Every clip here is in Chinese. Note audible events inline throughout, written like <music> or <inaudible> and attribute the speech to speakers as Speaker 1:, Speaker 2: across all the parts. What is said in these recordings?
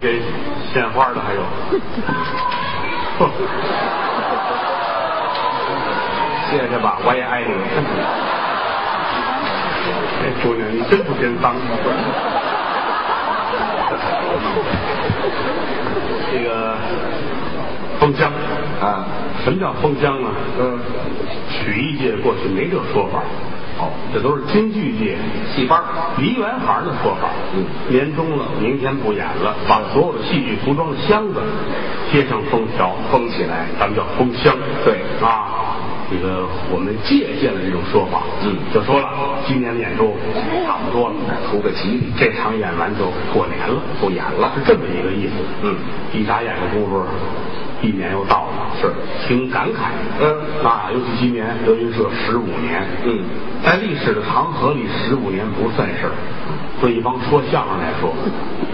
Speaker 1: 给献花的还有。
Speaker 2: <laughs>
Speaker 1: 谢谢吧，我也爱你。这哎姑娘，你真不嫌脏。
Speaker 2: <laughs>
Speaker 1: 这个封箱
Speaker 2: 啊，
Speaker 1: 什么叫封箱啊？
Speaker 2: 嗯，
Speaker 1: 曲艺界过去没这说法，
Speaker 2: 哦，
Speaker 1: 这都是京剧界
Speaker 2: 戏班儿
Speaker 1: 梨园行的说法。
Speaker 2: 嗯
Speaker 1: 年终了，明天不演了，把所有的戏剧服装的箱子贴上封条，
Speaker 2: 封起来
Speaker 1: 咱们叫封箱。
Speaker 2: 对
Speaker 1: 啊，这个我们借鉴了这种说法。
Speaker 2: 嗯
Speaker 1: 就说了，今年的演出差不多了，
Speaker 2: 图个吉利。
Speaker 1: 这场演完就过年了，
Speaker 2: 不演了
Speaker 1: 是这么一个意思。
Speaker 2: 嗯，
Speaker 1: 一眨眼的功夫，一年又到了，
Speaker 2: 是
Speaker 1: 挺感慨。
Speaker 2: 嗯
Speaker 1: 啊，尤其今年德云社十五年，
Speaker 2: 嗯，
Speaker 1: 在历史的长河里，十五年不算事儿，对一帮说相声来说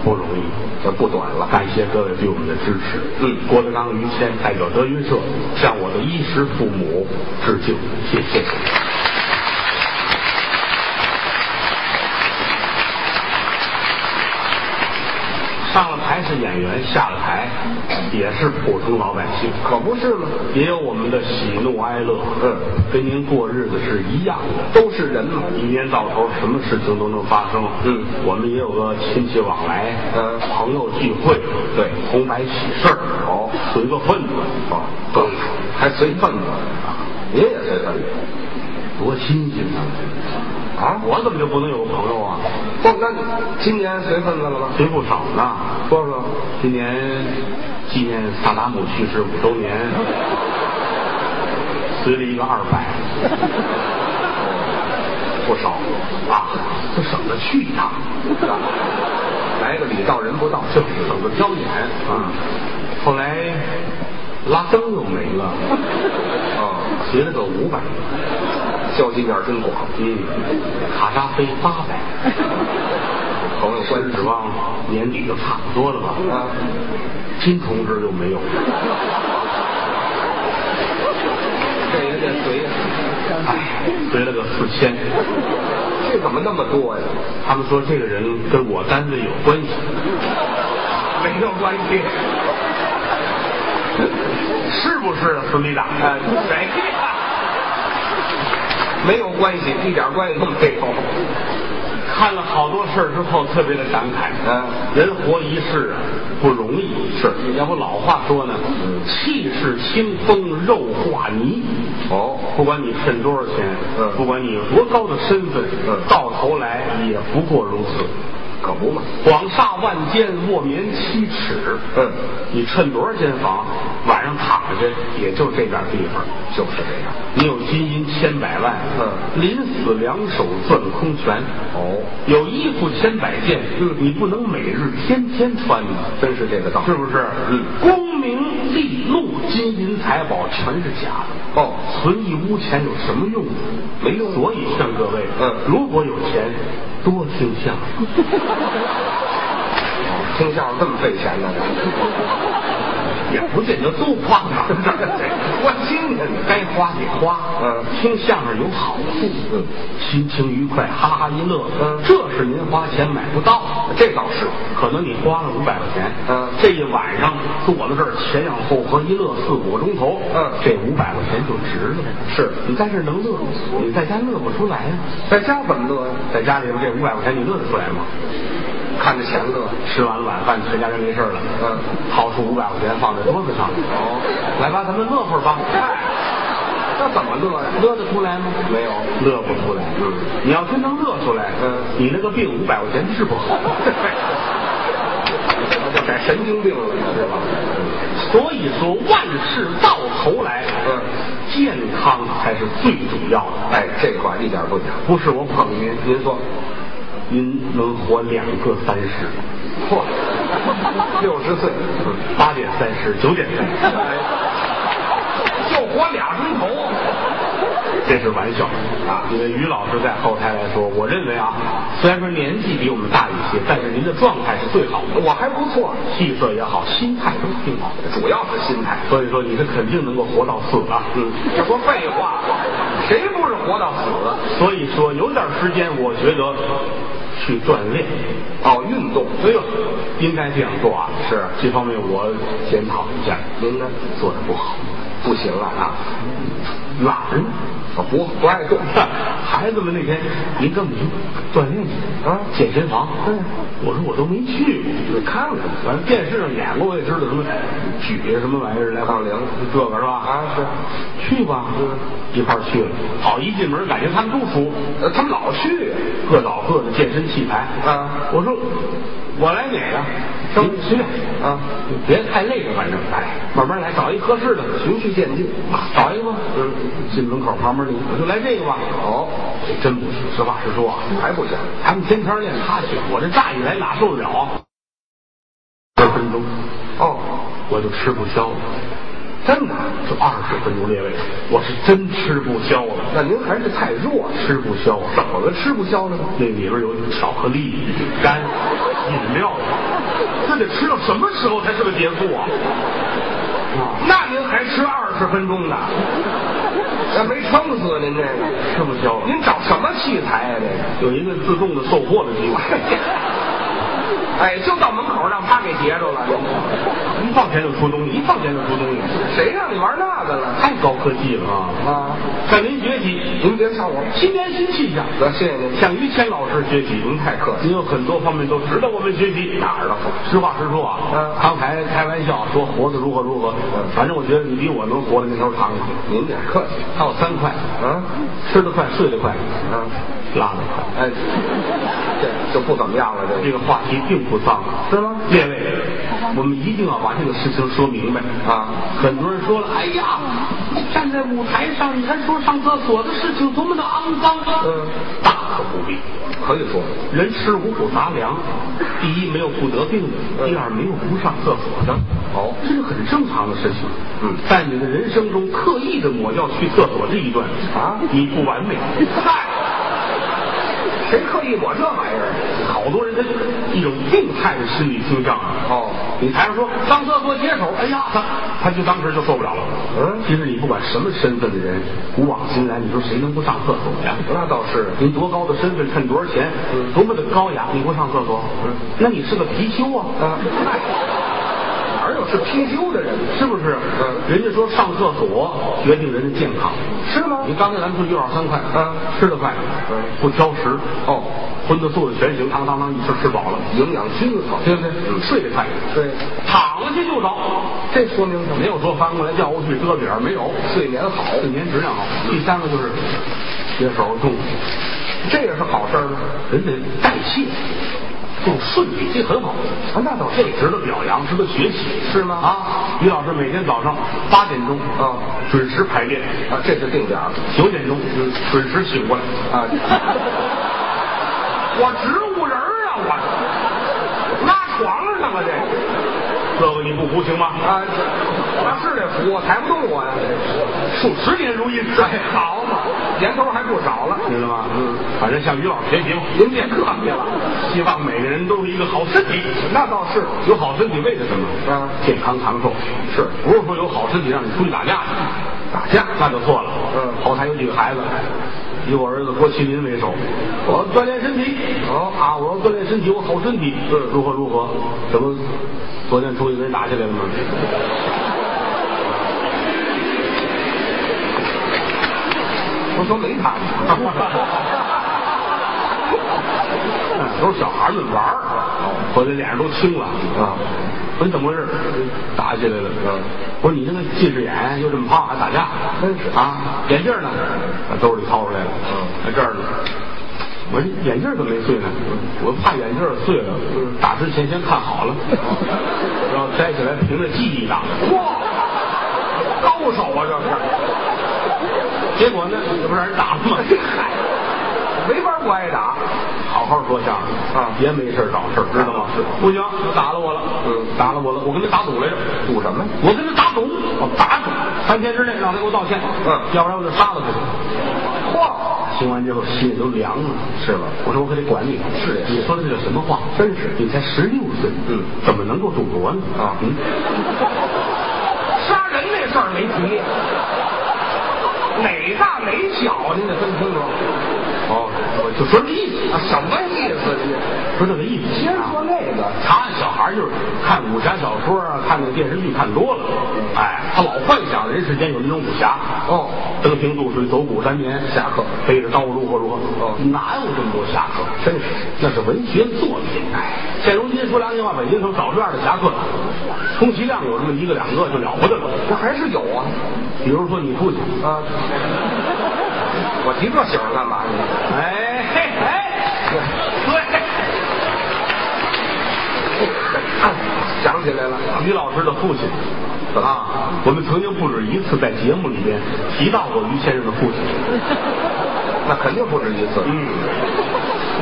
Speaker 1: 不容易。
Speaker 2: 这不短了，
Speaker 1: 感谢各位对我们的支持。
Speaker 2: 嗯
Speaker 1: 郭德纲、于谦代表德云社向我的衣食父母致敬，谢谢。上了台是演员，下了台也是普通老百姓，
Speaker 2: 可不是吗？
Speaker 1: 也有我们的喜怒哀乐，
Speaker 2: 嗯，
Speaker 1: 跟您过日子是一样的。
Speaker 2: 都是人嘛。
Speaker 1: 一年到头什么事情都能发生。
Speaker 2: 嗯
Speaker 1: 我们也有个亲戚往来，
Speaker 2: 嗯
Speaker 1: 朋友聚会，
Speaker 2: 对
Speaker 1: 红白喜事儿，
Speaker 2: 哦，
Speaker 1: 随个份子，
Speaker 2: 哦，对，还随份子，您也随份子
Speaker 1: 多新鲜呐！
Speaker 2: 啊？
Speaker 1: 我怎么就不能有个朋友啊？
Speaker 2: 不，那今年随份子了吗？
Speaker 1: 随不少呢。
Speaker 2: 多少？
Speaker 1: 今年纪念萨达姆去世五周年，随了一个二百，不少啊，就省得去一趟。
Speaker 2: 来个礼到人不到，
Speaker 1: 就是省得挑眼啊。后来拉登又没了，
Speaker 2: 哦，
Speaker 1: 随了个五百，
Speaker 2: 交际面真广，
Speaker 1: 嗯，卡扎菲八百，
Speaker 2: 朋友关
Speaker 1: 是
Speaker 2: 系
Speaker 1: 指望年底就差不多了吧？
Speaker 2: 啊，
Speaker 1: 金同志又没有了，
Speaker 2: 这也得随呀，
Speaker 1: 哎，随了个四千。
Speaker 2: 这怎么那么多呀？
Speaker 1: 他们说这个人跟我单位有关系，
Speaker 2: 没有关系，
Speaker 1: 是不是啊，孙立大？
Speaker 2: 哎
Speaker 1: 谁呀？
Speaker 2: 没有关系，一点关系都没有。
Speaker 1: 看了好多事儿之后，特别的感慨。
Speaker 2: 嗯
Speaker 1: 人活一世啊，不容易。
Speaker 2: 是
Speaker 1: 要不老话说呢，
Speaker 2: 嗯
Speaker 1: 气是清风，肉化泥。
Speaker 2: 哦，
Speaker 1: 不管你趁多少钱，
Speaker 2: 嗯
Speaker 1: 不管你有多高的身份，
Speaker 2: 嗯
Speaker 1: 到头来也不过如此。
Speaker 2: 可不嘛。
Speaker 1: 广厦万间，卧眠七尺。
Speaker 2: 嗯，
Speaker 1: 你趁多少间房，晚上躺下也就这点地方。
Speaker 2: 就是这样。
Speaker 1: 你有金银千百万，
Speaker 2: 嗯
Speaker 1: 临死两手攥空拳。
Speaker 2: 哦，
Speaker 1: 有衣服千百件，
Speaker 2: 嗯
Speaker 1: 你不能每日天天穿呢，
Speaker 2: 真是这个道理。
Speaker 1: 是不是？
Speaker 2: 嗯
Speaker 1: 功名利禄、金银财宝全是假的，
Speaker 2: 哦，
Speaker 1: 存一屋钱有什么用？
Speaker 2: 没用
Speaker 1: 所以劝各位，
Speaker 2: 嗯
Speaker 1: 如果有钱，多听相声。
Speaker 2: 哦听相声这么费钱呢？
Speaker 1: <laughs> 也不见得都花嘛，
Speaker 2: <laughs> 我听听你
Speaker 1: 该花得花。
Speaker 2: 嗯
Speaker 1: 听相声有好处，
Speaker 2: 嗯，
Speaker 1: 心情愉快，哈哈一乐。
Speaker 2: 嗯
Speaker 1: 这是您花钱买不到的。
Speaker 2: 这倒是。
Speaker 1: 可能你花了五百块钱，
Speaker 2: 嗯
Speaker 1: 这一晚上坐在这儿前仰后合一乐四五个钟头，
Speaker 2: 嗯
Speaker 1: 这五百块钱就值了。
Speaker 2: 是
Speaker 1: 你在这儿能乐，你在家乐不出来呀、啊
Speaker 2: 在家怎么乐呀？
Speaker 1: 在家里边这五百块钱你乐得出来吗？
Speaker 2: 看着钱乐。
Speaker 1: 吃完了晚饭，全家人没事儿了，呃
Speaker 2: 嗯，
Speaker 1: 掏出五百块钱放在桌子上，
Speaker 2: 哦，
Speaker 1: 来吧，咱们乐会儿吧。
Speaker 2: 那怎么乐呀？
Speaker 1: 乐得出来吗？
Speaker 2: 没有
Speaker 1: 乐不出来。
Speaker 2: 嗯，
Speaker 1: 你要真能乐出来，
Speaker 2: 嗯
Speaker 1: 你那个病五百块钱治不好。
Speaker 2: 这改神经病了，你知道吗？
Speaker 1: 所以说，万事到头来，
Speaker 2: 嗯，
Speaker 1: 健康才是最主要的。
Speaker 2: 哎，这话一点不假。
Speaker 1: 不是我捧您，
Speaker 2: 您说，
Speaker 1: 您能活两个三十，
Speaker 2: 嚯，六十岁，嗯
Speaker 1: 八点三十，九点三
Speaker 2: <laughs>
Speaker 1: 十，
Speaker 2: 就活俩钟头，
Speaker 1: 这是玩笑啊！因为于老师在后台来说，我认为啊，虽然说年纪比我们大一些，但是您的状态是最好的，
Speaker 2: 我还不错，
Speaker 1: 气色也好，心态都挺好的。
Speaker 2: 主要是心态。
Speaker 1: 所以说你是肯定能够活到死啊。嗯，
Speaker 2: 这不废话吗？谁不是活到死？
Speaker 1: 所以说有点时间，我觉得去锻炼。
Speaker 2: 哦，运动。
Speaker 1: 哎呦，应该这样做啊！
Speaker 2: 是
Speaker 1: 这方面我检讨一下，
Speaker 2: 您呢？
Speaker 1: 做的不好，
Speaker 2: 不行啊啊！
Speaker 1: 懒。
Speaker 2: 我不不爱动
Speaker 1: <laughs> 孩子们那天，您跟我们去锻炼去
Speaker 2: 啊
Speaker 1: 健身房。
Speaker 2: 嗯，
Speaker 1: 我说我都没去过。
Speaker 2: 你看看
Speaker 1: 反正电视上演过，我也知道什么举什么玩意儿来
Speaker 2: 杠铃
Speaker 1: 这个是吧？
Speaker 2: 啊，是，嗯
Speaker 1: 去吧，一块儿去了。好，一进门感觉他们都熟，
Speaker 2: 呃他们老去
Speaker 1: 各找各的健身器材。
Speaker 2: 啊
Speaker 1: 我说我来啊哪个？
Speaker 2: 嗯
Speaker 1: 你随便，
Speaker 2: 啊，
Speaker 1: 别太累了，反正哎，慢慢来，找一合适的，
Speaker 2: 循序渐进。
Speaker 1: 啊找一个吧。
Speaker 2: 嗯，
Speaker 1: 进门口旁边那个，我就来这个吧。
Speaker 2: 哦，
Speaker 1: 真不是，实话实说啊，
Speaker 2: 还不行，
Speaker 1: 他们天天练他去，我这乍一来哪受得了啊？二分钟
Speaker 2: 哦，
Speaker 1: 我就吃不消了，
Speaker 2: 真的？
Speaker 1: 就二十分钟列位，我是真吃不消了，
Speaker 2: 那您还是太弱，
Speaker 1: 吃不消啊。
Speaker 2: 怎么个吃不消了呢？
Speaker 1: 那里边有巧克力、干、饮料，这得吃到什么时候才是个结束啊？那您还吃二十分钟呢？
Speaker 2: 那没撑死您这个，
Speaker 1: 吃不消了。
Speaker 2: 您找什么器材呀、啊这个？
Speaker 1: 有一个自动的售货的机会，
Speaker 2: 哎，就到门口让他给截住了，
Speaker 1: 一放钱就出东西，一放钱就出东西，
Speaker 2: 谁让你玩那个了？
Speaker 1: 太高科技了啊！
Speaker 2: 啊，
Speaker 1: 向您学习，
Speaker 2: 您别笑我，
Speaker 1: 新年新气象。
Speaker 2: 那谢谢您，
Speaker 1: 向于谦老师学习，您
Speaker 2: 太客气
Speaker 1: 您有很多方面都值得我们学习。哪儿了？实话实说啊，
Speaker 2: 嗯
Speaker 1: 刚才开玩笑说活得如何如何，反正我觉得你比我能活的年头长。
Speaker 2: 您点客气
Speaker 1: 还有三块，
Speaker 2: 啊
Speaker 1: 吃得快，睡得快，
Speaker 2: 啊，
Speaker 1: 拉得快。哎
Speaker 2: 哎，这就不怎么样了，这
Speaker 1: 这
Speaker 2: 个
Speaker 1: 个话题并不脏，
Speaker 2: 是吗
Speaker 1: 列位，我们一定要把这个事情说明白。
Speaker 2: 啊，
Speaker 1: 很多人说了，哎呀，站在舞台上，你还说上厕所的事情多么的肮脏。啊
Speaker 2: 嗯，
Speaker 1: 大可不必。
Speaker 2: 可以说
Speaker 1: 人吃五谷杂粮，第一没有不得病的，
Speaker 2: 嗯
Speaker 1: 第二没有不上厕所的，
Speaker 2: 哦
Speaker 1: 这是很正常的事情。
Speaker 2: 嗯
Speaker 1: 在你的人生中刻意的抹掉去厕所这一段
Speaker 2: 啊
Speaker 1: 你不完美。嗨，
Speaker 2: 谁刻意抹这玩意儿？
Speaker 1: 好多人他一种病态的心理倾向。啊
Speaker 2: 哦，
Speaker 1: 你台上说上厕所解手，哎呀，他他就当时就受不了了。
Speaker 2: 嗯
Speaker 1: 其实你不管什么身份的人，古往今来，你说谁能不上厕所呀？
Speaker 2: 那倒是
Speaker 1: 您多高的身份，趁多少钱，
Speaker 2: 嗯
Speaker 1: 多么的高雅，你不上厕所，
Speaker 2: 嗯
Speaker 1: 那你是个貔貅啊， <laughs>
Speaker 2: 啊，嗨，哪儿有是貔貅的人呢？
Speaker 1: 是不是？
Speaker 2: 嗯
Speaker 1: 人家说上厕所决定人的健康。
Speaker 2: 是吗
Speaker 1: 你刚才咱们说一碗三块，
Speaker 2: 嗯
Speaker 1: 吃得快，
Speaker 2: 嗯
Speaker 1: 不挑食，
Speaker 2: 哦，
Speaker 1: 荤的素的全行，当当当一吃吃饱了，
Speaker 2: 营养均衡，
Speaker 1: 对不对？
Speaker 2: 嗯，
Speaker 1: 睡得快，
Speaker 2: 对，
Speaker 1: 躺下就着，
Speaker 2: 这说明什么
Speaker 1: 没？有说翻过来掉过去遮脸儿没有，
Speaker 2: 睡眠好，
Speaker 1: 睡眠质量好。第三个就是解手重，
Speaker 2: 这也是好事儿吗？
Speaker 1: 人的代谢就顺利，这很好。
Speaker 2: 啊，那倒
Speaker 1: 这
Speaker 2: 是，
Speaker 1: 值得表扬，值得学习，
Speaker 2: 是吗
Speaker 1: 啊，于老师每天早上八点钟
Speaker 2: 啊
Speaker 1: 准时排练，
Speaker 2: 啊，这是定点儿
Speaker 1: 九点钟准时醒过
Speaker 2: <laughs>
Speaker 1: 来。
Speaker 2: 啊，
Speaker 1: 我植物人儿啊，我拉床上啊这，这个你不服行吗？
Speaker 2: 啊，那是得扶，我抬不动我呀，
Speaker 1: 数十年如一日，
Speaker 2: 好嘛，年头还不少了。
Speaker 1: 哎知道吗？嗯，反正向于老师学习吧。
Speaker 2: 您别客气了，
Speaker 1: 希望每个人都是一个好身体。
Speaker 2: 那倒是，
Speaker 1: 有好身体为了什么？
Speaker 2: 嗯
Speaker 1: 健康长寿
Speaker 2: 是
Speaker 1: 不是说有好身体让你出去打架去？打架那就错了。
Speaker 2: 嗯
Speaker 1: 后台有几个孩子，以我儿子郭麒麟为首，我要锻炼身体。
Speaker 2: 哦
Speaker 1: 啊，我要锻炼身体，我好身体。
Speaker 2: 嗯
Speaker 1: 如何如何？怎么？昨天出去跟人打起来了吗？
Speaker 2: 我说没 <laughs> 他呢，
Speaker 1: 都是小孩们玩儿，回来脸上都青了
Speaker 2: 啊。
Speaker 1: 我说你怎么回事？打起来了。啊
Speaker 2: 嗯
Speaker 1: 我说你这个近视眼又这么胖，还打架？
Speaker 2: 真是
Speaker 1: 啊！眼镜呢？把兜里掏出来了。啊
Speaker 2: 嗯
Speaker 1: 在这儿呢。我说眼镜怎么没碎呢？我怕眼镜碎了，打之前先看好了，然后摘起来凭着记忆打。
Speaker 2: 哇，高手啊这是，
Speaker 1: 结果呢，这不让人打了吗？ <laughs>
Speaker 2: 没法不挨打。
Speaker 1: 好好说相声
Speaker 2: 啊
Speaker 1: 别没事儿找事儿，知道吗？不行，打了我了，
Speaker 2: 嗯
Speaker 1: 打了我了，我跟他打赌来着，
Speaker 2: 赌什么呀？
Speaker 1: 我跟他打赌，我打赌，三天之内让他给我道歉，
Speaker 2: 嗯
Speaker 1: 要不然我就杀了他。
Speaker 2: 嚯，
Speaker 1: 听完之后心里都凉了，
Speaker 2: 是吗
Speaker 1: 我说我可得管你，
Speaker 2: 是呀
Speaker 1: 你说的这叫什么话？
Speaker 2: 真是
Speaker 1: 你才十六岁，
Speaker 2: 嗯
Speaker 1: 怎么能够赌博呢？
Speaker 2: 啊
Speaker 1: 嗯，
Speaker 2: 杀人那事儿没提，哪大哪小，您得分清楚。哦，
Speaker 1: 我就说这意思，
Speaker 2: 啊什么意思你？
Speaker 1: 说这个意思。啊
Speaker 2: 先说那个，
Speaker 1: 他小孩儿就是看武侠小说啊，看那电视剧看多了，
Speaker 2: 嗯
Speaker 1: 哎，他老幻想人世间有那种武侠。
Speaker 2: 哦，
Speaker 1: 登平渡水，走虎山岩，
Speaker 2: 侠客
Speaker 1: 背着刀如何如何？
Speaker 2: 哦
Speaker 1: 哪有这么多侠客？
Speaker 2: 真是
Speaker 1: 那是文学作品。哎，现如今说良心话，北京城找这样的侠客，充其量有这么一个两个就了不得了。
Speaker 2: 那还是有啊
Speaker 1: 比如说你父亲，
Speaker 2: 啊！我提这醒儿干嘛呢？
Speaker 1: 哎嘿哎，
Speaker 2: 哎想起来了，
Speaker 1: 对，于老师的父亲。
Speaker 2: 怎么
Speaker 1: 啊，我们曾经不止一次在节目里边提到过于先生的父亲。
Speaker 2: 那肯定不止一次。
Speaker 1: 嗯，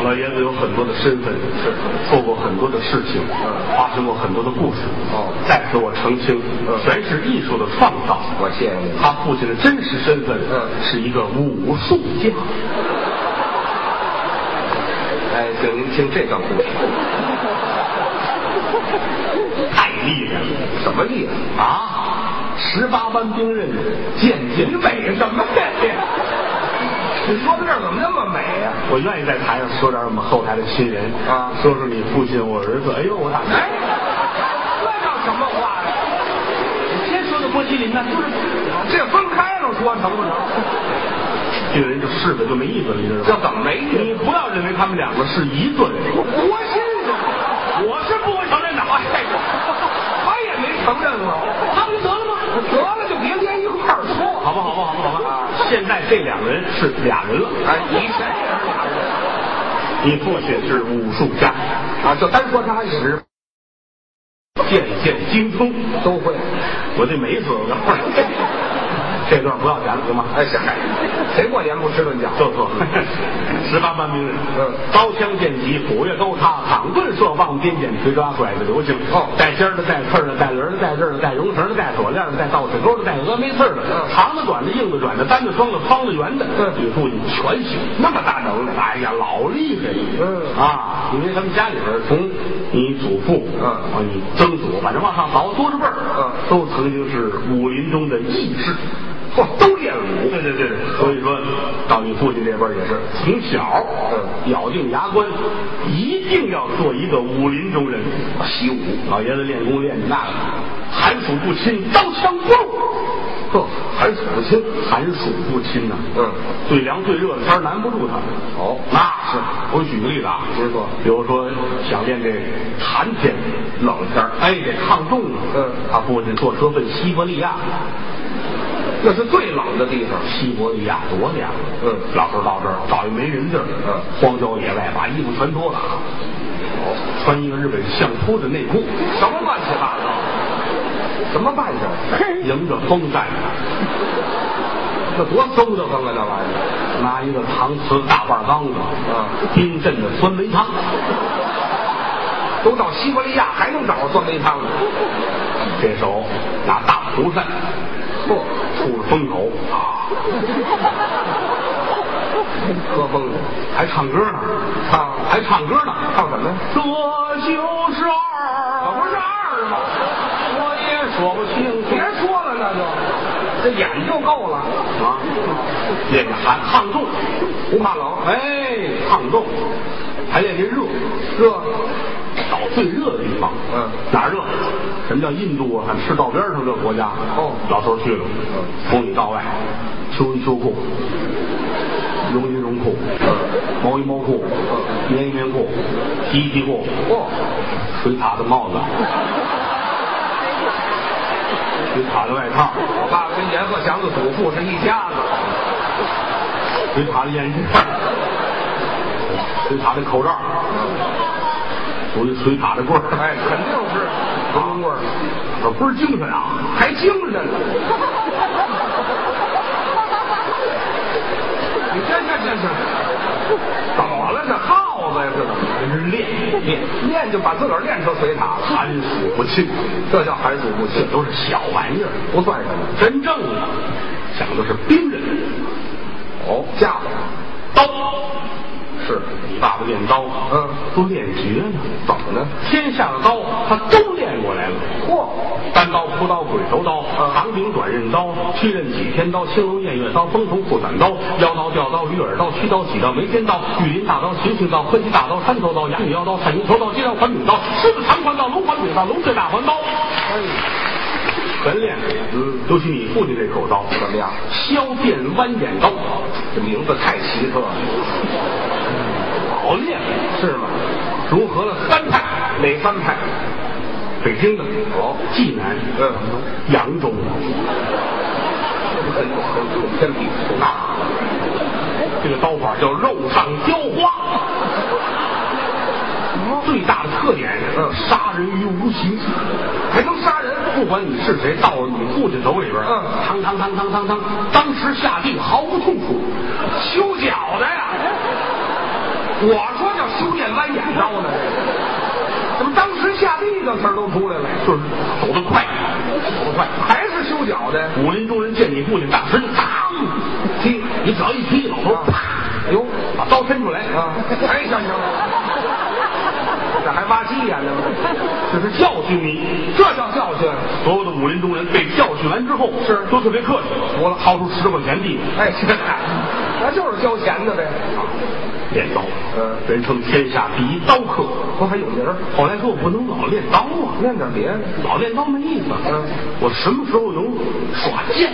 Speaker 1: 老爷子有很多的身份，是做过很多的事情，嗯发生过很多的故事。
Speaker 2: 哦
Speaker 1: 在此我澄清，
Speaker 2: 嗯
Speaker 1: 全是艺术的创造。
Speaker 2: 我谢谢你。
Speaker 1: 他父亲的真实身份，
Speaker 2: 嗯
Speaker 1: 是一个武术家。
Speaker 2: 哎，请您听这段故事，
Speaker 1: 太厉害了
Speaker 2: 什么例子？
Speaker 1: 啊！十八般兵刃，剑剑美什么呀？
Speaker 2: 你说到这儿怎么那么美呀、
Speaker 1: 我愿意在台上说点我们后台的亲人
Speaker 2: 啊
Speaker 1: 说说你父亲，我儿子。哎呦，我打
Speaker 2: 哎，这叫什么话呀？
Speaker 1: 先说的波西林呢，
Speaker 2: 这分开了说成不成？
Speaker 1: 这个人就试的就没意思了，你知道吗？
Speaker 2: 这怎么没意思
Speaker 1: 你不要认为他们两个是一个人，
Speaker 2: 多新鲜！
Speaker 1: 我是不会承认的。哎
Speaker 2: 他也没承认过，
Speaker 1: 他们得了吗？
Speaker 2: 得了就别连一块儿说。
Speaker 1: 好吧，好吧，好吧，好吧。现在这两个人是俩人了。
Speaker 2: 哎，以前也是俩人
Speaker 1: 你父亲是武术家，
Speaker 2: 啊，就单说他一时
Speaker 1: 剑剑精通。
Speaker 2: 都会。
Speaker 1: 我这没说，我告诉你，这段不要钱了，行吗？
Speaker 2: 哎，谁谁过年不吃顿饺子？
Speaker 1: 坐
Speaker 2: <laughs>
Speaker 1: 坐。十八般兵刃，
Speaker 2: 啊嗯
Speaker 1: 刀枪剑戟、斧钺钩叉、躺棍射棒、鞭锏锤抓、拐子流星。
Speaker 2: 哦
Speaker 1: 带尖儿的、带刺儿的、带轮儿的、带刃儿的、带绒绳儿的、带锁链儿的、带倒齿钩的、带峨眉刺儿的，
Speaker 2: 嗯
Speaker 1: 长的、短的、硬的、软的、单的、双的、方的、圆的，
Speaker 2: 嗯
Speaker 1: 你父亲全行，那么大能耐，哎呀，老厉害了。
Speaker 2: 嗯
Speaker 1: 啊，因为咱们家里边儿从你祖父，
Speaker 2: 嗯
Speaker 1: 啊，你曾祖，反正往上倒多少辈儿，
Speaker 2: 嗯
Speaker 1: 都曾经是武林中的义士。
Speaker 2: 嚯，都练武。
Speaker 1: 对对对，所以说到你父亲这辈儿也是从小，
Speaker 2: 嗯
Speaker 1: 咬定牙关，一定要做一个武林中人。
Speaker 2: 习武。
Speaker 1: 老爷子练功练那个，寒暑不侵，刀枪不入。
Speaker 2: 呵，
Speaker 1: 寒暑不侵，寒暑不侵呐、
Speaker 2: 嗯，
Speaker 1: 最凉最热的天儿难不住他。
Speaker 2: 哦
Speaker 1: 那是。我举个例子啊，
Speaker 2: 您说
Speaker 1: 比如说想练这寒天、冷天儿，哎，得抗冻啊。
Speaker 2: 嗯
Speaker 1: 他父亲坐车奔西伯利亚，
Speaker 2: 那是最冷的地方。
Speaker 1: 西伯利亚多凉啊！
Speaker 2: 嗯
Speaker 1: 老头到这儿找一没人地儿，
Speaker 2: 嗯
Speaker 1: 荒郊野外把衣服全脱了，啊穿一个日本相扑的内裤，
Speaker 2: 什么乱七八糟？什么办事儿？ <laughs>
Speaker 1: 迎着风站着，
Speaker 2: 那多馊的慌啊，那玩意儿！
Speaker 1: 拿一个搪瓷大半缸子，
Speaker 2: 嗯
Speaker 1: 冰镇的酸梅汤，
Speaker 2: 都到西伯利亚还能找着酸梅汤呢。
Speaker 1: 这手拿大蒲扇
Speaker 2: 嚯，
Speaker 1: 吐着风口啊，
Speaker 2: 喝疯了！啊
Speaker 1: 还唱歌呢，啊
Speaker 2: 唱
Speaker 1: 还唱歌呢，
Speaker 2: 唱什么呀？
Speaker 1: 这就是
Speaker 2: 我
Speaker 1: 二，
Speaker 2: 不是二啊吗？
Speaker 1: 我也说不清楚
Speaker 2: 别说了，那就这眼就够了，
Speaker 1: 啊，练着寒抗冻。
Speaker 2: 不怕冷。
Speaker 1: 哎，抗冻，还练这热，
Speaker 2: 热，
Speaker 1: 找最热的地方。
Speaker 2: 嗯
Speaker 1: 哪儿热？什么叫印度啊？是道边上这国家。
Speaker 2: 哦
Speaker 1: 老头儿去了，
Speaker 2: 嗯
Speaker 1: 从里到外，秋衣秋裤，绒衣绒裤，
Speaker 2: 嗯
Speaker 1: 毛衣毛裤，棉衣棉裤，皮衣皮裤，
Speaker 2: 嚯，
Speaker 1: 水獭的帽
Speaker 2: <laughs>
Speaker 1: 子，水獭的外套，
Speaker 2: 我爸跟阎鹤祥子祖父是一家子。
Speaker 1: 水獭的眼镜儿，水獭的口罩，属于水獭的棍儿。
Speaker 2: 嗯哎，肯定是铜棍儿，
Speaker 1: 可不是精神
Speaker 2: <laughs>
Speaker 1: 啊！
Speaker 2: 还精神呢。你这这这这，怎么了？这耗子呀，这怎么？
Speaker 1: 真是练练，
Speaker 2: 练就把自个儿练成水塔了，
Speaker 1: 寒暑不侵，
Speaker 2: 这叫寒暑不
Speaker 1: 这
Speaker 2: 侵，
Speaker 1: 都是小玩意儿，
Speaker 2: 不算什么。
Speaker 1: 真正的讲的是兵刃，
Speaker 2: 哦，架子
Speaker 1: 刀。
Speaker 2: 是
Speaker 1: 你爸爸练刀，
Speaker 2: 嗯
Speaker 1: 都练绝呢。
Speaker 2: 怎么呢？
Speaker 1: 天下的刀他都练过来了，
Speaker 2: 嚯，
Speaker 1: 单刀、朴刀、鬼头刀、
Speaker 2: 嗯
Speaker 1: 长柄短刃刀、曲刃戟天刀、青龙偃月刀、风头裤斩刀、腰刀、吊刀、鱼饵刀、虚刀、起刀、眉尖刀、玉林大刀、秦形刀、分级大刀、山头刀、哑女腰刀、彩云头刀、金梁环柄刀、狮子长环刀、龙环柄刀、龙最大环刀。
Speaker 2: 哎
Speaker 1: 全练，
Speaker 2: 嗯
Speaker 1: 尤其你父亲这口刀，
Speaker 2: 怎么样？
Speaker 1: 削剑弯眼刀，
Speaker 2: 这名字太奇特了，
Speaker 1: 好练，
Speaker 2: 是吗？
Speaker 1: 融合了三派，
Speaker 2: 哪三派？
Speaker 1: 北京的
Speaker 2: 哦
Speaker 1: 济南，
Speaker 2: 嗯，
Speaker 1: 扬州的。
Speaker 2: 很很天比
Speaker 1: 啊，这个刀法叫肉上雕花，最大的特点
Speaker 2: 嗯
Speaker 1: 杀人于无形，还能杀人。不管你是谁，到了你父亲手里边，
Speaker 2: 嗯
Speaker 1: 嘡嘡嘡嘚嘚嘚，当时下地毫不痛苦，修脚的呀。我说叫修剑弯眼刀呢，
Speaker 2: 怎么当时下地的词儿都出来了？
Speaker 1: 就是走得快，走得快。
Speaker 2: 还是修脚的？
Speaker 1: 武林中人见你父亲，当时就当踢，你只要一踢，老头儿啪，
Speaker 2: 哟
Speaker 1: 把刀伸出来
Speaker 2: 啊！哎，行行了，这还挖鸡眼呢吗？
Speaker 1: 这是教训你。
Speaker 2: 这叫教训。
Speaker 1: 所有的武林中人被教训完之后，
Speaker 2: 是
Speaker 1: 都特别客气，
Speaker 2: 服了
Speaker 1: 掏出十块钱递，
Speaker 2: 哎，这那就是交钱的呗。
Speaker 1: 练刀，
Speaker 2: 嗯
Speaker 1: 人称天下第一刀客。
Speaker 2: 不还有名儿？
Speaker 1: 后来说我不能老练刀啊，
Speaker 2: 念点别的。
Speaker 1: 老练刀没意思。
Speaker 2: 嗯
Speaker 1: 我什么时候能耍剑？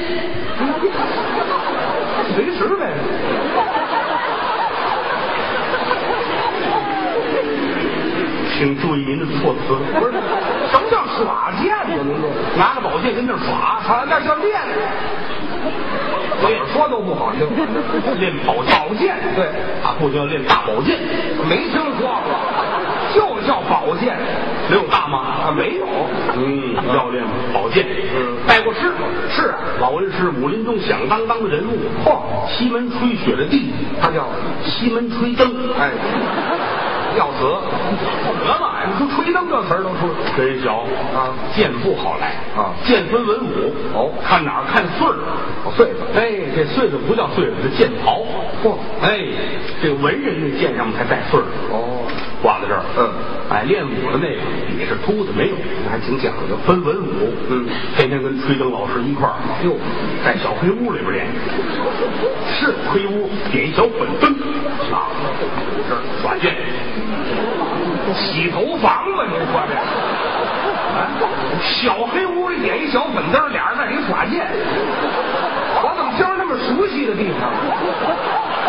Speaker 2: 随时呗。
Speaker 1: 请注意您的措辞，
Speaker 2: 不是，什么叫耍剑呢？您这
Speaker 1: 拿着宝剑跟那儿耍，
Speaker 2: 啊，那叫练。怎么说都不好听，
Speaker 1: 练宝剑，宝剑
Speaker 2: 对
Speaker 1: 啊，不行，练大宝剑，
Speaker 2: 没听说过，就叫宝剑
Speaker 1: 能有大吗？
Speaker 2: 啊，没有。
Speaker 1: 嗯，要练宝剑，
Speaker 2: 啊嗯
Speaker 1: 拜过师，
Speaker 2: 是啊，
Speaker 1: 老文是武林中响当当的人物，
Speaker 2: 嚯
Speaker 1: 西门吹雪的弟弟，
Speaker 2: 他叫
Speaker 1: 西门吹灯，
Speaker 2: 哎，要死，
Speaker 1: 怎么嘛
Speaker 2: 你？说吹灯这词儿都出来。
Speaker 1: 真小
Speaker 2: 啊
Speaker 1: 剑不好来
Speaker 2: 啊
Speaker 1: 剑分文武
Speaker 2: 哦
Speaker 1: 看哪儿看岁儿。
Speaker 2: 我岁数
Speaker 1: 哎，这岁数不叫岁数，是剑袍。
Speaker 2: 嚯
Speaker 1: 哎，这个文人那剑上面才带穗儿，
Speaker 2: 哦，
Speaker 1: 挂在这儿。
Speaker 2: 嗯，
Speaker 1: 哎，练武的那个也是秃子，没有，
Speaker 2: 那还挺讲究。
Speaker 1: 分文武。
Speaker 2: 嗯，
Speaker 1: 天天跟吹灯老师一块儿，
Speaker 2: 哟，
Speaker 1: 在小黑屋里边练，是黑屋点一小粉灯啊，这儿耍剑，
Speaker 2: 洗头房吧？您说这？啊，小黑屋里点一小粉灯，俩人在里耍剑。我怎么听着那么熟悉的地方？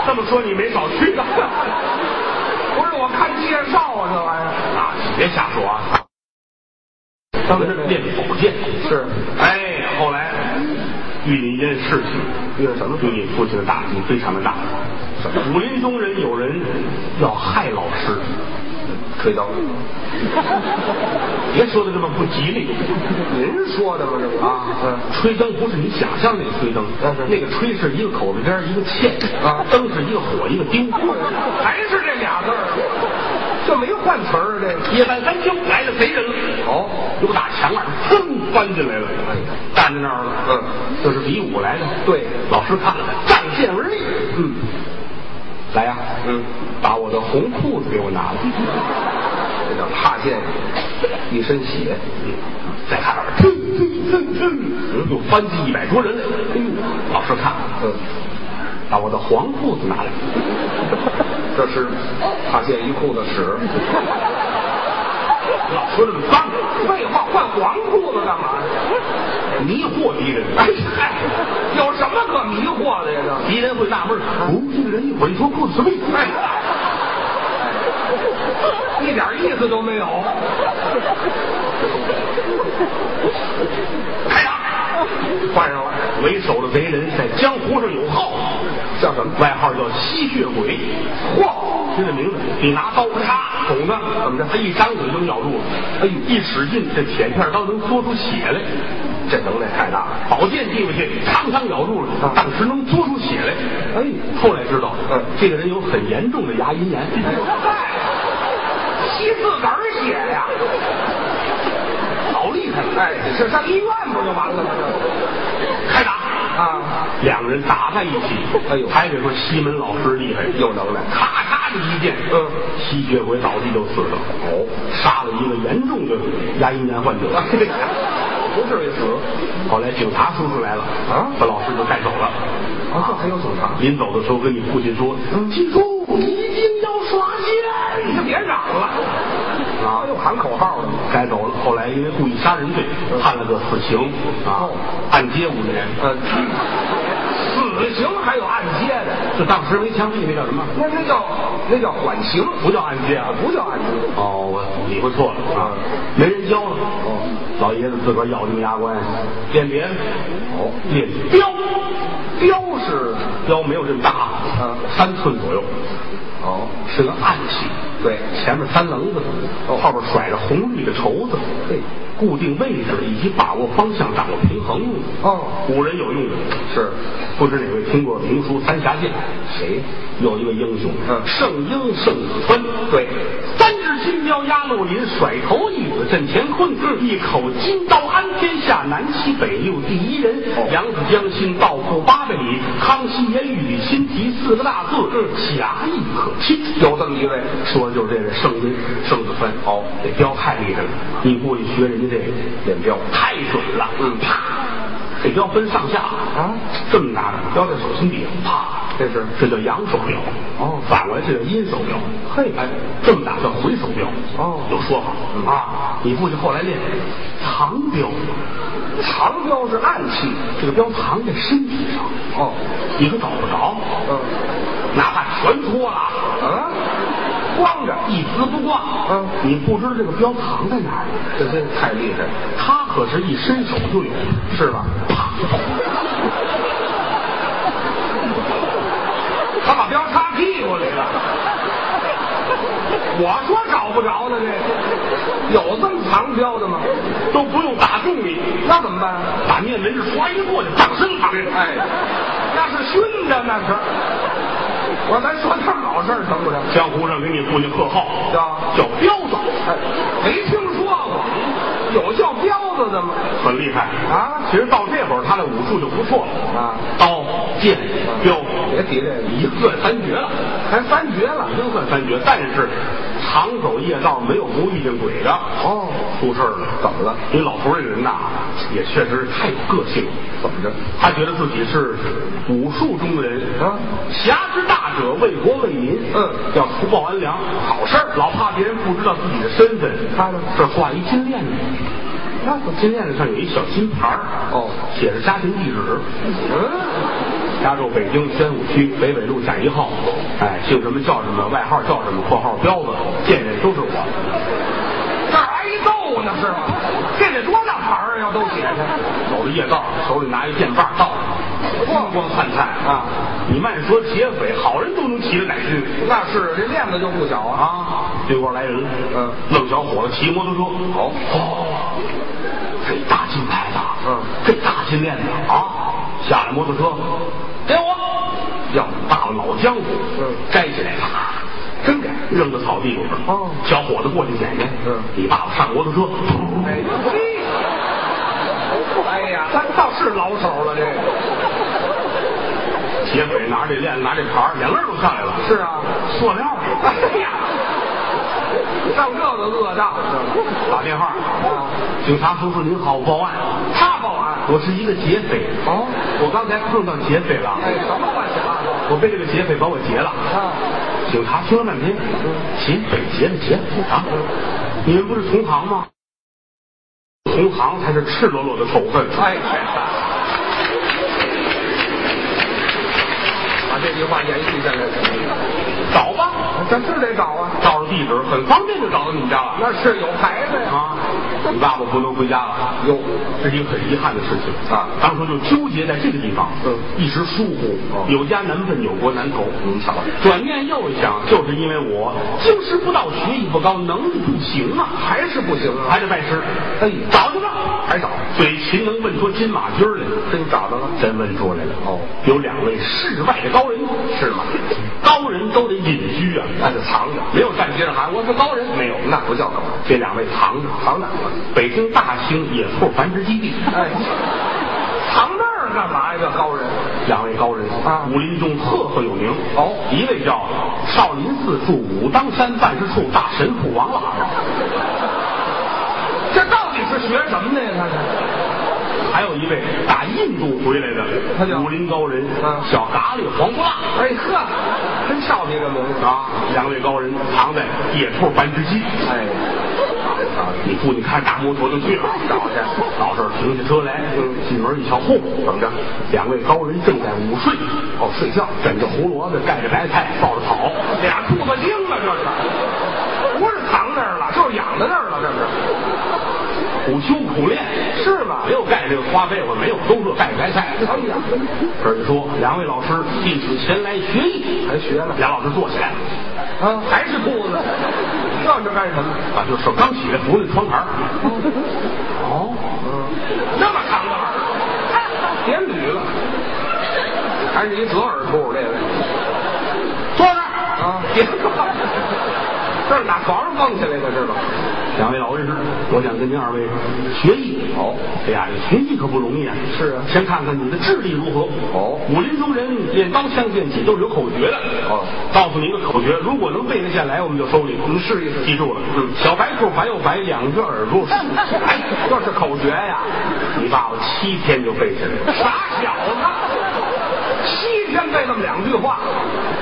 Speaker 1: 这么说你没少去啊。
Speaker 2: 不是，我看介绍啊，这玩意儿。
Speaker 1: 啊，你别瞎说啊！
Speaker 2: 当时
Speaker 1: 练宝剑
Speaker 2: 是
Speaker 1: 哎，后来遇见一件事情，
Speaker 2: 遇见什么
Speaker 1: 对你父亲的打击非常的大。武林中人有人要害老师，
Speaker 2: 吹灯。
Speaker 1: 别说的这么不吉利。
Speaker 2: 您说的吗？这个啊，嗯，
Speaker 1: 吹灯不是你想象那个吹灯，
Speaker 2: 那是
Speaker 1: 那个吹是一个口字边儿一个欠
Speaker 2: 啊
Speaker 1: 灯是一个火一个哎丢，
Speaker 2: 嗯还是这俩字儿，这没换词儿这个。
Speaker 1: 夜半三更来了贼人了，
Speaker 2: 哦，
Speaker 1: 有打墙啊，噌翻进来了，站在那儿了，
Speaker 2: 嗯，
Speaker 1: 这是比武来的，
Speaker 2: 对
Speaker 1: 老师看了看，仗剑而立，嗯，来呀、
Speaker 2: 嗯，
Speaker 1: 把我的红裤子给我拿来，
Speaker 2: 这叫踏剑，一身血。
Speaker 1: 嗯，再看那儿，噌噌噌噌，又翻起一百多人来，哎呦，老师看，
Speaker 2: 嗯，
Speaker 1: 把我的黄裤子拿来，
Speaker 2: 这是踏剑一裤子屎。
Speaker 1: 老说这么脏，
Speaker 2: 废话，换黄裤子干嘛？
Speaker 1: 迷惑敌人，
Speaker 2: 哎，哎有什么可迷惑的呀？这
Speaker 1: 敌人会纳闷儿，哦，这个人一会儿一脱裤子什么意思？
Speaker 2: 一点意思都没有。
Speaker 1: 开打！
Speaker 2: 换上了，
Speaker 1: 为首的贼人在江湖上有号，
Speaker 2: 叫什么？
Speaker 1: 外号叫吸血鬼。嚯，听这名字，你拿刀叉捅他，
Speaker 2: 怎么着
Speaker 1: 他一张嘴就咬住了。哎呦，一使劲，这铁片刀能嘬出血来。
Speaker 2: 这能耐太大了。
Speaker 1: 宝剑递过去，嘡嘡咬住了
Speaker 2: 啊，
Speaker 1: 当时能嘬出血来。
Speaker 2: 哎
Speaker 1: 后来知道，
Speaker 2: 嗯
Speaker 1: 这个人有很严重的牙龈炎。
Speaker 2: 嗨， <laughs> 吸自个儿血呀！
Speaker 1: 好厉害！
Speaker 2: 哎，这上医院不就完了吗？
Speaker 1: 开打！
Speaker 2: 啊，
Speaker 1: 两个人打在一起。
Speaker 2: 哎呦
Speaker 1: 还得说西门老师厉害，
Speaker 2: 有能耐
Speaker 1: 咔嚓是一箭，
Speaker 2: 嗯
Speaker 1: 吸血鬼倒地就死了，
Speaker 2: 哦， <laughs>
Speaker 1: 杀了一个严重的牙龈炎患者。
Speaker 2: 啊对呀不至于死
Speaker 1: 后来警察叔叔来了，
Speaker 2: 啊
Speaker 1: 把老师就带走了。
Speaker 2: 啊！这还有警察？
Speaker 1: 临走的时候跟你父亲说，
Speaker 2: 嗯
Speaker 1: 记住一定要耍
Speaker 2: 哎，你
Speaker 1: 剑
Speaker 2: 就 <laughs> 别嚷了，
Speaker 1: 啊
Speaker 2: 啊，又喊口号了。
Speaker 1: 该走了。后来因为故意杀人罪判了个死刑啊
Speaker 2: 嗯哦，
Speaker 1: 按揭五年。
Speaker 2: 呃，死刑还有按揭的，
Speaker 1: 这当时没枪毙，那叫什么？
Speaker 2: 那那叫那叫缓刑，
Speaker 1: 不叫按揭啊，
Speaker 2: 不叫按揭。
Speaker 1: 哦，我理会错了啊，没人教了。
Speaker 2: 哦
Speaker 1: 老爷子自个儿咬定牙关，练别的，
Speaker 2: 哦
Speaker 1: 练镖，
Speaker 2: 标是
Speaker 1: 镖没有这么大，
Speaker 2: 嗯
Speaker 1: 三寸左右，
Speaker 2: 哦，
Speaker 1: 是个暗器，
Speaker 2: 对
Speaker 1: 前面三棱子，
Speaker 2: 哦
Speaker 1: 后边甩着红绿的绸子，
Speaker 2: 对，
Speaker 1: 固定位置以及把握方向、掌握平衡用的。
Speaker 2: 哦，
Speaker 1: 古人有用的，
Speaker 2: 是
Speaker 1: 不知哪位听过评书《三峡剑》？
Speaker 2: 谁？
Speaker 1: 有一个英雄，
Speaker 2: 嗯
Speaker 1: 圣英圣子川，
Speaker 2: 对，
Speaker 1: 三只金镖压陆林，甩头一子镇乾坤，一口金刀安天下，南西北六第一人。
Speaker 2: 哦
Speaker 1: 扬子江心，道富八百里，康熙言语亲题四个大字，侠义可亲。
Speaker 2: 嗯有这么一位，
Speaker 1: 说的就是这位圣君圣子芬哦，这镖太厉害了，你过去学人家这练镖太准了，
Speaker 2: 嗯
Speaker 1: 啪，这镖分上下
Speaker 2: 啊，
Speaker 1: 这么拿着，镖在手心底下，啪，
Speaker 2: 这是
Speaker 1: 这叫阳手镖，
Speaker 2: 哦
Speaker 1: 反过来这叫阴手镖，
Speaker 2: 嘿
Speaker 1: 哎，这么打叫回手镖，
Speaker 2: 哦
Speaker 1: 有说法、
Speaker 2: 嗯
Speaker 1: 啊，你父亲后来练藏镖，
Speaker 2: 长标是暗器。
Speaker 1: 这个镖藏在身体上，
Speaker 2: 哦，
Speaker 1: 你可找不着，
Speaker 2: 嗯，
Speaker 1: 哪怕全脱了。
Speaker 2: 啊，光着，
Speaker 1: 一丝不挂。
Speaker 2: 嗯
Speaker 1: 你不知道这个镖藏在哪儿，
Speaker 2: 这真太厉害了，
Speaker 1: 他可是一伸手就有，
Speaker 2: 是 <laughs> 吧？他把镖插屁股里了。我说找不着呢，这有这么藏镖的吗？
Speaker 1: 都不用打中你，
Speaker 2: 那怎么办？
Speaker 1: 打面门唰一过去，当身旁人。
Speaker 2: 哎，那是熏的，那是。我说咱说趟老事儿成不成？
Speaker 1: 江湖上给你父亲贺号
Speaker 2: 叫
Speaker 1: 叫彪子，
Speaker 2: 哎，没听说过，有叫彪子的吗？
Speaker 1: 很厉害
Speaker 2: 啊
Speaker 1: 其实到这会儿，他的武术就不错了
Speaker 2: 啊，
Speaker 1: 刀、剑、镖，
Speaker 2: 别提这个，
Speaker 1: 已经算三绝了，
Speaker 2: 还三绝了
Speaker 1: 已。经算三绝。但是常走夜道，没有不遇见鬼的。
Speaker 2: 哦
Speaker 1: 出事儿了，
Speaker 2: 怎么了
Speaker 1: 你老头儿这人呐，也确实是太有个性了。
Speaker 2: 怎么着？
Speaker 1: 他觉得自己是武术中人
Speaker 2: 啊
Speaker 1: 侠之大者，为国为民，
Speaker 2: 嗯
Speaker 1: 要除暴安良，好事儿。老怕别人不知道自己的身份，
Speaker 2: 他呢
Speaker 1: 这挂一金链子，那金链子上有一小金牌儿
Speaker 2: 哦
Speaker 1: 写着家庭地址，
Speaker 2: 嗯，
Speaker 1: 家住北京宣武区北纬路下一号，哎，姓什么叫什么，外号叫什么，绰号彪子，见人都是我。
Speaker 2: 这儿挨揍呢是吗？这得多大牌儿啊？要都写上。
Speaker 1: 走着夜道，手里拿一剑把刀，咣咣灿灿
Speaker 2: 啊！
Speaker 1: 你慢说劫匪，好人都能骑着奶心。
Speaker 2: 那是这链子就不小啊。
Speaker 1: 啊，对过来人了，
Speaker 2: 嗯
Speaker 1: 愣小伙子骑摩托车，
Speaker 2: 好
Speaker 1: 哦，这大金牌子，
Speaker 2: 嗯
Speaker 1: 这大金链子啊，下了摩托车，给我，要大老江湖，
Speaker 2: 嗯
Speaker 1: 摘起来，啪，真给扔到草地里边儿，
Speaker 2: 哦
Speaker 1: 小伙子过去捡去，
Speaker 2: 嗯
Speaker 1: 你爸爸上摩托车，
Speaker 2: 哎嘿，哎呀，咱倒是老手了，这个
Speaker 1: 劫匪拿这链子，拿这牌儿，眼泪儿都上来了，
Speaker 2: 是啊。
Speaker 1: 塑料儿，
Speaker 2: 哎呀，上这个恶当是吧？
Speaker 1: 打电话，
Speaker 2: 啊
Speaker 1: 警察叔叔您好，报案，
Speaker 2: 他报案。
Speaker 1: 我是一个劫匪，
Speaker 2: 哦，
Speaker 1: 我刚才碰到劫匪了，
Speaker 2: 哎，什么乱七八糟
Speaker 1: 我被这个劫匪把我劫了。
Speaker 2: 啊？
Speaker 1: 警察听了半天，劫匪劫了劫匪啊！你们不是同行吗？同行才是赤裸裸的仇恨。
Speaker 2: 哎，把这句话延续下来，
Speaker 1: 找吧，
Speaker 2: 这是得找啊。
Speaker 1: 照着地址很方便就找到你们家了。
Speaker 2: 那是有牌子呀。
Speaker 1: 啊，你爸爸不能回家了，
Speaker 2: 有
Speaker 1: 这是一个很遗憾的事情
Speaker 2: 啊
Speaker 1: 当初就纠结在这个地方，
Speaker 2: 嗯
Speaker 1: 一时疏忽，
Speaker 2: 哦嗯
Speaker 1: 有家难奔，有国难投。
Speaker 2: 您瞧，
Speaker 1: 转念又一想，就是因为我经师不到，学艺不高，能力不行啊，
Speaker 2: 还是不行啊
Speaker 1: 还，得拜师。
Speaker 2: 哎
Speaker 1: 找去吧，
Speaker 2: 还找，
Speaker 1: 嘴勤能问出金马驹儿来，
Speaker 2: 真找到了。
Speaker 1: 真问出来了。
Speaker 2: 哦
Speaker 1: 有两位世外的高人，
Speaker 2: 是吗？
Speaker 1: <laughs> 高人都得隐居啊，
Speaker 2: 那就藏着，
Speaker 1: 没有站街上喊我是高人，没有。
Speaker 2: 那不叫搞。
Speaker 1: 这两位藏着，
Speaker 2: 藏哪儿了？
Speaker 1: 北京大兴野兔繁殖基地，
Speaker 2: 哎哎，藏那儿呢？干嘛呀？这高人
Speaker 1: 两位高人
Speaker 2: 啊
Speaker 1: 武林中赫赫有名。
Speaker 2: 哦
Speaker 1: 一位叫少林寺驻武当山办事处大神父王喇嘛，
Speaker 2: 这到底是学什么的呀？他这
Speaker 1: 还有一位打印度回来的
Speaker 2: 他叫
Speaker 1: 武林高人，
Speaker 2: 啊
Speaker 1: 小咖喱黄不辣
Speaker 2: 哎呵，真少这个名字！
Speaker 1: 啊，两位高人藏在野兔繁殖基。
Speaker 2: 哎，
Speaker 1: 你父亲看大摩托就去了，
Speaker 2: 找去
Speaker 1: 到这儿停下车来，
Speaker 2: 嗯
Speaker 1: 进门一瞧，嚯，等着，两位高人正在午睡，
Speaker 2: 哦，睡觉，
Speaker 1: 枕着胡萝卜，盖着白菜，抱着草，
Speaker 2: 俩兔子精啊，这是，不是藏那儿了，就是养在那儿了，这
Speaker 1: 苦修苦练，
Speaker 2: 是是吗
Speaker 1: 没？有盖这个花被窝，没有都是盖着白菜。
Speaker 2: 哎呀，
Speaker 1: 而且说，两位老师弟子前来学艺，
Speaker 2: 还学呢
Speaker 1: 俩老师坐起来，
Speaker 2: 啊，还是兔子，要这干什么？
Speaker 1: 啊，就手刚起来扶着窗台儿，
Speaker 2: 哦，嗯，那么长的玩意儿，别捋了，还是一折耳兔这位
Speaker 1: 坐那儿 <laughs>
Speaker 2: 啊，别坐，这是打床上蹦起来的是吧？
Speaker 1: 两位老恩师，我想跟您二位学艺。哦，哎呀，学艺可不容易啊。
Speaker 2: 是啊
Speaker 1: 先看看你的智力如何。
Speaker 2: 哦
Speaker 1: 武林中人练刀枪剑戟都是有口诀的。
Speaker 2: 哦，
Speaker 1: 告诉你一个口诀，如果能背得下来，我们就收你。
Speaker 2: 你试一试
Speaker 1: 记住了。
Speaker 2: 嗯
Speaker 1: 小白兔白又白，两只耳
Speaker 2: <laughs>
Speaker 1: 朵。
Speaker 2: 哎，这是口诀呀、
Speaker 1: 你爸爸七天就背下来了。
Speaker 2: 傻小子，七天背那么两句话，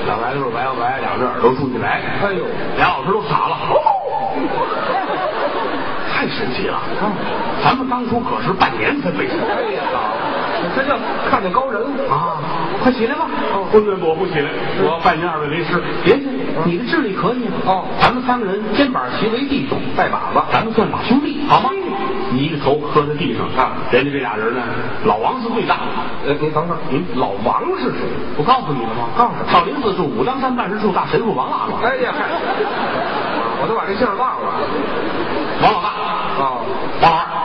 Speaker 1: 小白兔白又白，两只耳朵竖起来。
Speaker 2: 哎呦
Speaker 1: 俩老师都傻了。哦太神奇了！
Speaker 2: 嗯
Speaker 1: 咱们当初可是半年才背下来。
Speaker 2: 哎呀，这叫看见高人了
Speaker 1: 啊，快起来吧！荤的我不起来，我要拜您二位为师。别介，你的智力可以
Speaker 2: 哦
Speaker 1: 咱们三个人肩膀齐为弟兄，
Speaker 2: 拜把子
Speaker 1: 咱们算把兄弟，好吗？你一个头磕在地上
Speaker 2: 啊
Speaker 1: 人家这俩人呢，老王是最大。
Speaker 2: 呃，您等等，
Speaker 1: 嗯，老王是谁？我告诉你了吗？
Speaker 2: 告诉你
Speaker 1: 少林寺驻武当山办事处大神父王喇嘛，
Speaker 2: 哎呀，嗨，我都把这姓儿忘了
Speaker 1: 王老大，
Speaker 2: 啊。
Speaker 1: 王老二。
Speaker 2: 哦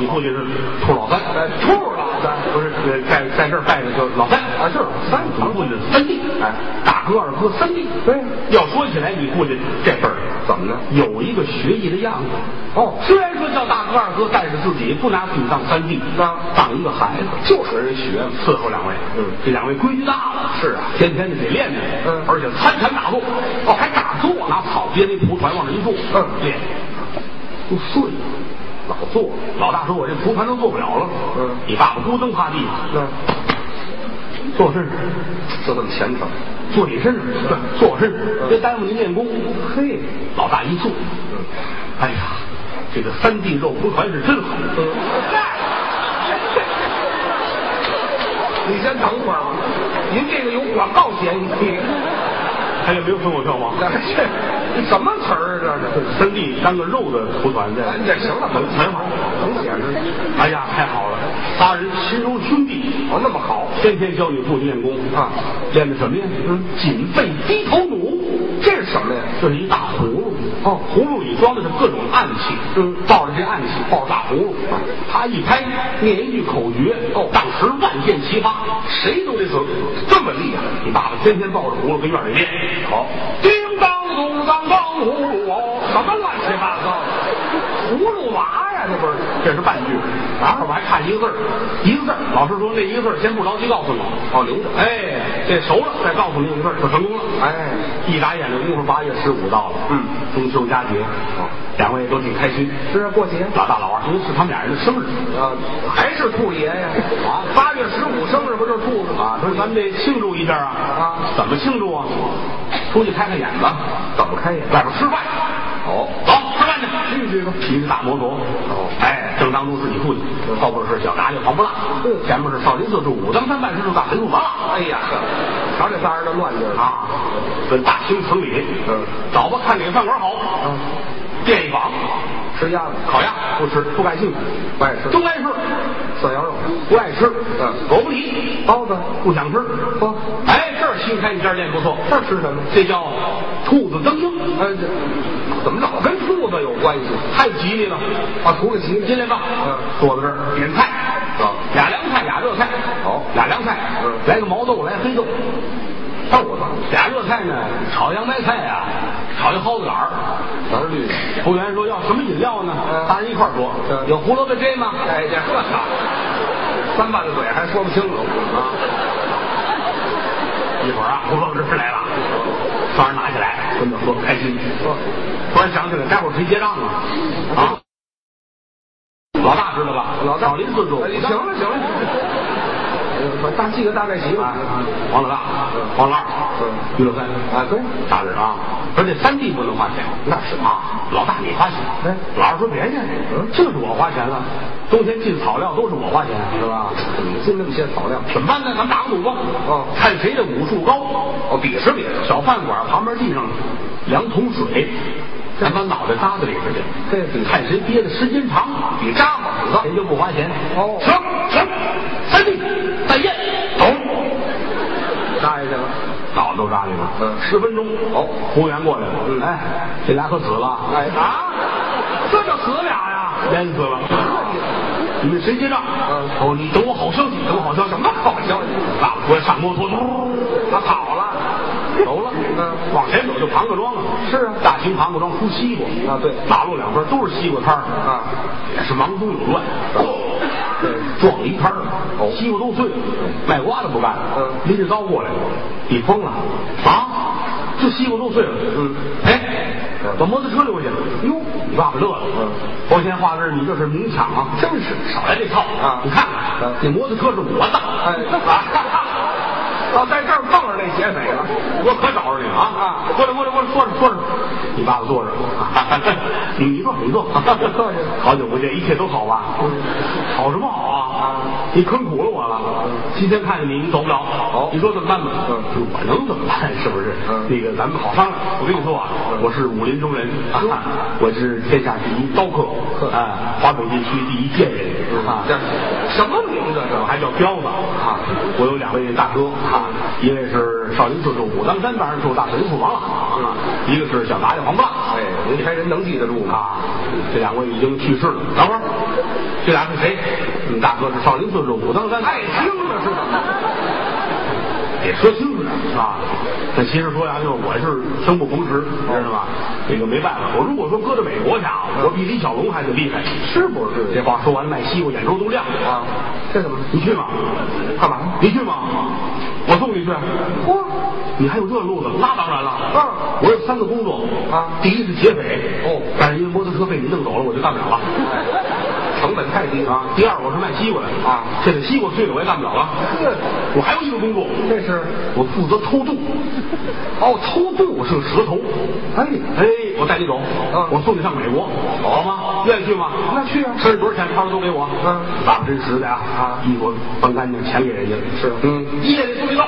Speaker 1: 你父亲是呃兔老三，
Speaker 2: 哎兔老三
Speaker 1: 不是呃在在这儿拜的就是老三嗯
Speaker 2: 啊是老三
Speaker 1: 咱父亲是三弟，
Speaker 2: 哎，
Speaker 1: 大哥二哥三弟，
Speaker 2: 对，
Speaker 1: 要说起来，你父亲这份儿
Speaker 2: 怎么呢？
Speaker 1: 有一个学艺的样子。
Speaker 2: 哦
Speaker 1: 虽然说叫大哥二哥，但是自己不拿自己当三弟，
Speaker 2: 那
Speaker 1: 当一个孩子，
Speaker 2: 啊就是人学嘛。
Speaker 1: 伺候两位。
Speaker 2: 嗯
Speaker 1: 这两位规矩大了。
Speaker 2: 是啊
Speaker 1: 天天的得练着。
Speaker 2: 嗯
Speaker 1: 而且参禅打坐，哦，还打坐，拿草编那蒲团往那一坐，
Speaker 2: 嗯
Speaker 1: 练就睡了。老坐了，老大说：“我这蒲团都坐不了了。”
Speaker 2: 嗯
Speaker 1: 你爸爸咕蹬趴地上，
Speaker 2: 那
Speaker 1: 坐身上，
Speaker 2: 就这么虔诚。
Speaker 1: 坐你身上，对，坐我身上，
Speaker 2: 嗯
Speaker 1: 别耽误您练功。
Speaker 2: 嘿，嗯
Speaker 1: 老大一坐，哎呀，这个三地肉蒲团是真好。
Speaker 2: <laughs> 你先等会儿吧，您这个有广告嫌疑。
Speaker 1: 还有没有分我票吗？
Speaker 2: 这什么词儿啊？这是？
Speaker 1: 三弟当个肉的蒲团在
Speaker 2: 哎，这行了，甭
Speaker 1: 等会儿。
Speaker 2: 甭解释，
Speaker 1: 哎呀，太好了，仨人心如兄弟，
Speaker 2: 哦，那么好
Speaker 1: 天天教你父亲练功
Speaker 2: 啊，
Speaker 1: 练的什么呀？
Speaker 2: 嗯
Speaker 1: 紧背低头弩，
Speaker 2: 这是什么呀？
Speaker 1: 这是一大葫芦。
Speaker 2: 哦
Speaker 1: 葫芦里装的是各种暗器。
Speaker 2: 嗯
Speaker 1: 抱着这暗器，抱着大葫芦，他一拍，念一句口诀，哦，当时万箭齐发，谁都得死。
Speaker 2: 这么厉害？
Speaker 1: 你爸爸天天抱着葫芦跟院里练。
Speaker 2: 好，
Speaker 1: 叮当咚当当葫芦哦，
Speaker 2: 什么乱七八糟的？葫芦娃呀，这不是？
Speaker 1: 这是半句。然后我还看一个字儿，一个字儿。老师说那一个字儿先不着急告诉你，
Speaker 2: 哦，留着。
Speaker 1: 哎，这熟了再告诉你一个字儿就成功了。
Speaker 2: 哎，
Speaker 1: 一眨眼的功夫，八月十五到了，
Speaker 2: 嗯，
Speaker 1: 中秋佳节，啊两位都挺开心。
Speaker 2: 是啊，过节
Speaker 1: 老大老二，因为是他们俩人的生日
Speaker 2: 啊，还是兔爷呀？
Speaker 1: 啊
Speaker 2: 八月十五生日不就是兔子吗？
Speaker 1: 啊，说咱们得庆祝一下啊
Speaker 2: 啊
Speaker 1: 怎么庆祝啊？出去开开眼子，
Speaker 2: 怎么开眼？
Speaker 1: 外边吃饭，
Speaker 2: 哦，
Speaker 1: 走吃饭去，去去吧。骑着大摩托，
Speaker 2: 哦
Speaker 1: 哎，正当中是你父亲，后边是小咖喱黄不辣，
Speaker 2: 嗯
Speaker 1: 前面是少林寺驻武当山办事处大神王辣。
Speaker 2: 哎呀，呵瞧这仨人的乱劲儿！
Speaker 1: 啊，跟大兴城里，
Speaker 2: 嗯
Speaker 1: 找吧看哪个饭馆好，
Speaker 2: 嗯，
Speaker 1: 店一网，
Speaker 2: 吃鸭子，
Speaker 1: 烤鸭不吃，不感兴趣，
Speaker 2: 不爱吃
Speaker 1: 都爱吃，
Speaker 2: 涮羊肉，
Speaker 1: 不爱吃，
Speaker 2: 嗯
Speaker 1: 狗不理，
Speaker 2: 包子，
Speaker 1: 不想吃，
Speaker 2: 不
Speaker 1: 哎，这儿新开一家店不错，
Speaker 2: 这吃什么？
Speaker 1: 这叫兔子灯鹰，
Speaker 2: 哎，这怎么老跟兔子有关系？
Speaker 1: 太吉利了，
Speaker 2: 啊，土耳其
Speaker 1: 进来吧，
Speaker 2: 嗯
Speaker 1: 坐在这儿点菜，
Speaker 2: 啊
Speaker 1: 俩凉菜俩热菜，
Speaker 2: 好
Speaker 1: 俩凉菜，
Speaker 2: 嗯
Speaker 1: 来个毛豆，来黑豆。
Speaker 2: 到我吧，
Speaker 1: 俩热菜呢，炒洋白菜啊，炒一蒿子杆儿，
Speaker 2: 全是绿的。
Speaker 1: 服务员说要什么饮料呢？
Speaker 2: 嗯
Speaker 1: 大家一块儿说，
Speaker 2: 嗯
Speaker 1: 有胡萝卜汁吗？
Speaker 2: 哎呀，呵，三瓣子嘴还说不清楚啊！
Speaker 1: 一会儿啊，胡老师来了，上人拿起来，跟我说开心。突然想起来，待会儿谁结账啊？啊！老大知道吧？
Speaker 2: 老大
Speaker 1: 少林寺住
Speaker 2: 哎。行了行了，哎呦把大记个大概齐吧。
Speaker 1: 王老大，
Speaker 2: 嗯
Speaker 1: 王老二，于老三，
Speaker 2: 啊，对，
Speaker 1: 大人啊，而且三弟不能花钱，
Speaker 2: 那是
Speaker 1: 啊，老大你花钱，
Speaker 2: 哎嗯
Speaker 1: 老二说别介，就是我花钱了，冬天进草料都是我花钱，
Speaker 2: 是吧？怎么进那么些草料？
Speaker 1: 怎么办呢？咱们打个赌吧，
Speaker 2: 哦
Speaker 1: 看谁的武术高。
Speaker 2: 哦，比试比试，
Speaker 1: 小饭馆旁边地上两桶水，咱把脑袋搭在里边去，
Speaker 2: 这比
Speaker 1: 看谁憋的时间长，
Speaker 2: 比扎猛子
Speaker 1: 谁就不花钱。
Speaker 2: 哦
Speaker 1: 停停，三弟再验，走，
Speaker 2: 扎下去了。
Speaker 1: 脑袋都扎里了。
Speaker 2: 嗯
Speaker 1: 十分钟。
Speaker 2: 哦
Speaker 1: 服务员过来了。
Speaker 2: 嗯
Speaker 1: 哎，这俩可死了。
Speaker 2: 哎
Speaker 1: 啊，这就死俩呀，淹死了。你们谁结账？
Speaker 2: 嗯
Speaker 1: 哦，你等我好消息，等我好消息。什么好消息？大伙上摩托，他跑了，走了。
Speaker 2: 嗯
Speaker 1: 往前走就庞各庄了。
Speaker 2: 是啊
Speaker 1: 大型庞各庄出西瓜
Speaker 2: 啊对
Speaker 1: 马路两边都是西瓜摊儿
Speaker 2: 啊，
Speaker 1: 也是忙中有乱，
Speaker 2: 对哦
Speaker 1: 撞了一摊儿，西瓜都碎了，卖瓜的不干了，
Speaker 2: 嗯
Speaker 1: 拎着刀过来，你疯了啊？这西瓜都碎了，
Speaker 2: 嗯，
Speaker 1: 哎，把摩托车留下，哟，你爸爸乐了，
Speaker 2: 嗯，
Speaker 1: 头天画日，你这是明抢啊，
Speaker 2: 真是
Speaker 1: 少来这套
Speaker 2: 啊
Speaker 1: 你看
Speaker 2: 嗯
Speaker 1: 看，那摩托车是我的，
Speaker 2: 哎
Speaker 1: <laughs>
Speaker 2: 哦，在这儿碰上那劫匪了。
Speaker 1: 我可找着你了啊！
Speaker 2: 啊
Speaker 1: 过来，过来，过来，坐着，坐着。你爸爸坐
Speaker 2: <laughs>
Speaker 1: 着，你坐，你坐，
Speaker 2: 坐着
Speaker 1: 好久不见，一切都好吧？好什么好啊？你坑苦了我了。今天看见你，你走不了。
Speaker 2: 哦
Speaker 1: 你说怎么办吧？
Speaker 2: 嗯
Speaker 1: 我能怎么办？是不是？
Speaker 2: 嗯
Speaker 1: 那个咱们好商量。我跟你说啊，我是武林中人，啊 <laughs> 我是天下第一刀客
Speaker 2: 呵，
Speaker 1: 啊，华北地区第一剑人啊。
Speaker 2: 嗯这嗯什么名字？
Speaker 1: 我还叫彪子啊！我有两位大哥
Speaker 2: 嗯
Speaker 1: 啊，一位是少林寺住武当山当然住大神父王朗啊，一个是小达家黄八
Speaker 2: 嗯哎，您猜人能记得住吗？
Speaker 1: 啊，这两位已经去世了。等会儿，这俩是谁？你大哥是少林寺住武当山，
Speaker 2: 爱听了是怎么？
Speaker 1: 得说清楚点啊。这其实说呀，就是我是生不逢时，知道吗？这个没办法，我如果说搁到美国去啊，我比李小龙还得厉害。
Speaker 2: 是不是？
Speaker 1: 这话说完，卖西瓜眼珠都亮了
Speaker 2: 啊，这怎么？
Speaker 1: 你去吗？
Speaker 2: 干嘛？
Speaker 1: 你去吗？我送你去。
Speaker 2: 嚯，
Speaker 1: 你还有这路子？那当然了。
Speaker 2: 嗯
Speaker 1: 我有三个工作
Speaker 2: 啊
Speaker 1: 第一是劫匪，
Speaker 2: 哦哎
Speaker 1: 但是因为摩托车被你弄走了，我就干不了了。 <laughs>
Speaker 2: 成本太低
Speaker 1: 啊，第二我是卖西瓜的
Speaker 2: 啊
Speaker 1: 这个西瓜碎了我也干不了了。
Speaker 2: 呵，
Speaker 1: 我还有一个工作，
Speaker 2: 这是
Speaker 1: 我负责偷
Speaker 2: <laughs>
Speaker 1: 渡。哦，偷渡是个蛇头。
Speaker 2: 哎，
Speaker 1: 哎，我带你走，
Speaker 2: 嗯
Speaker 1: 我送你上美国，好吗？愿意去吗？
Speaker 2: 那去啊
Speaker 1: 身上多少钱，他说都给我。
Speaker 2: 嗯
Speaker 1: 咱们真实在啊，
Speaker 2: 啊
Speaker 1: 衣服翻干净，钱给人家
Speaker 2: 是
Speaker 1: 嗯，夜里送你到，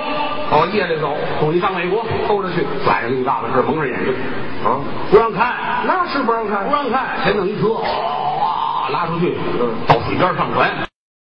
Speaker 2: 哦，夜里走，
Speaker 1: 送你上美国，
Speaker 2: 偷着去
Speaker 1: 晚上给你爸爸这蒙着眼睛，
Speaker 2: 啊？
Speaker 1: 不让看，
Speaker 2: 那是不让看哦
Speaker 1: 不让看，先弄一车，哇，拉出去，
Speaker 2: 嗯
Speaker 1: 到水边上船，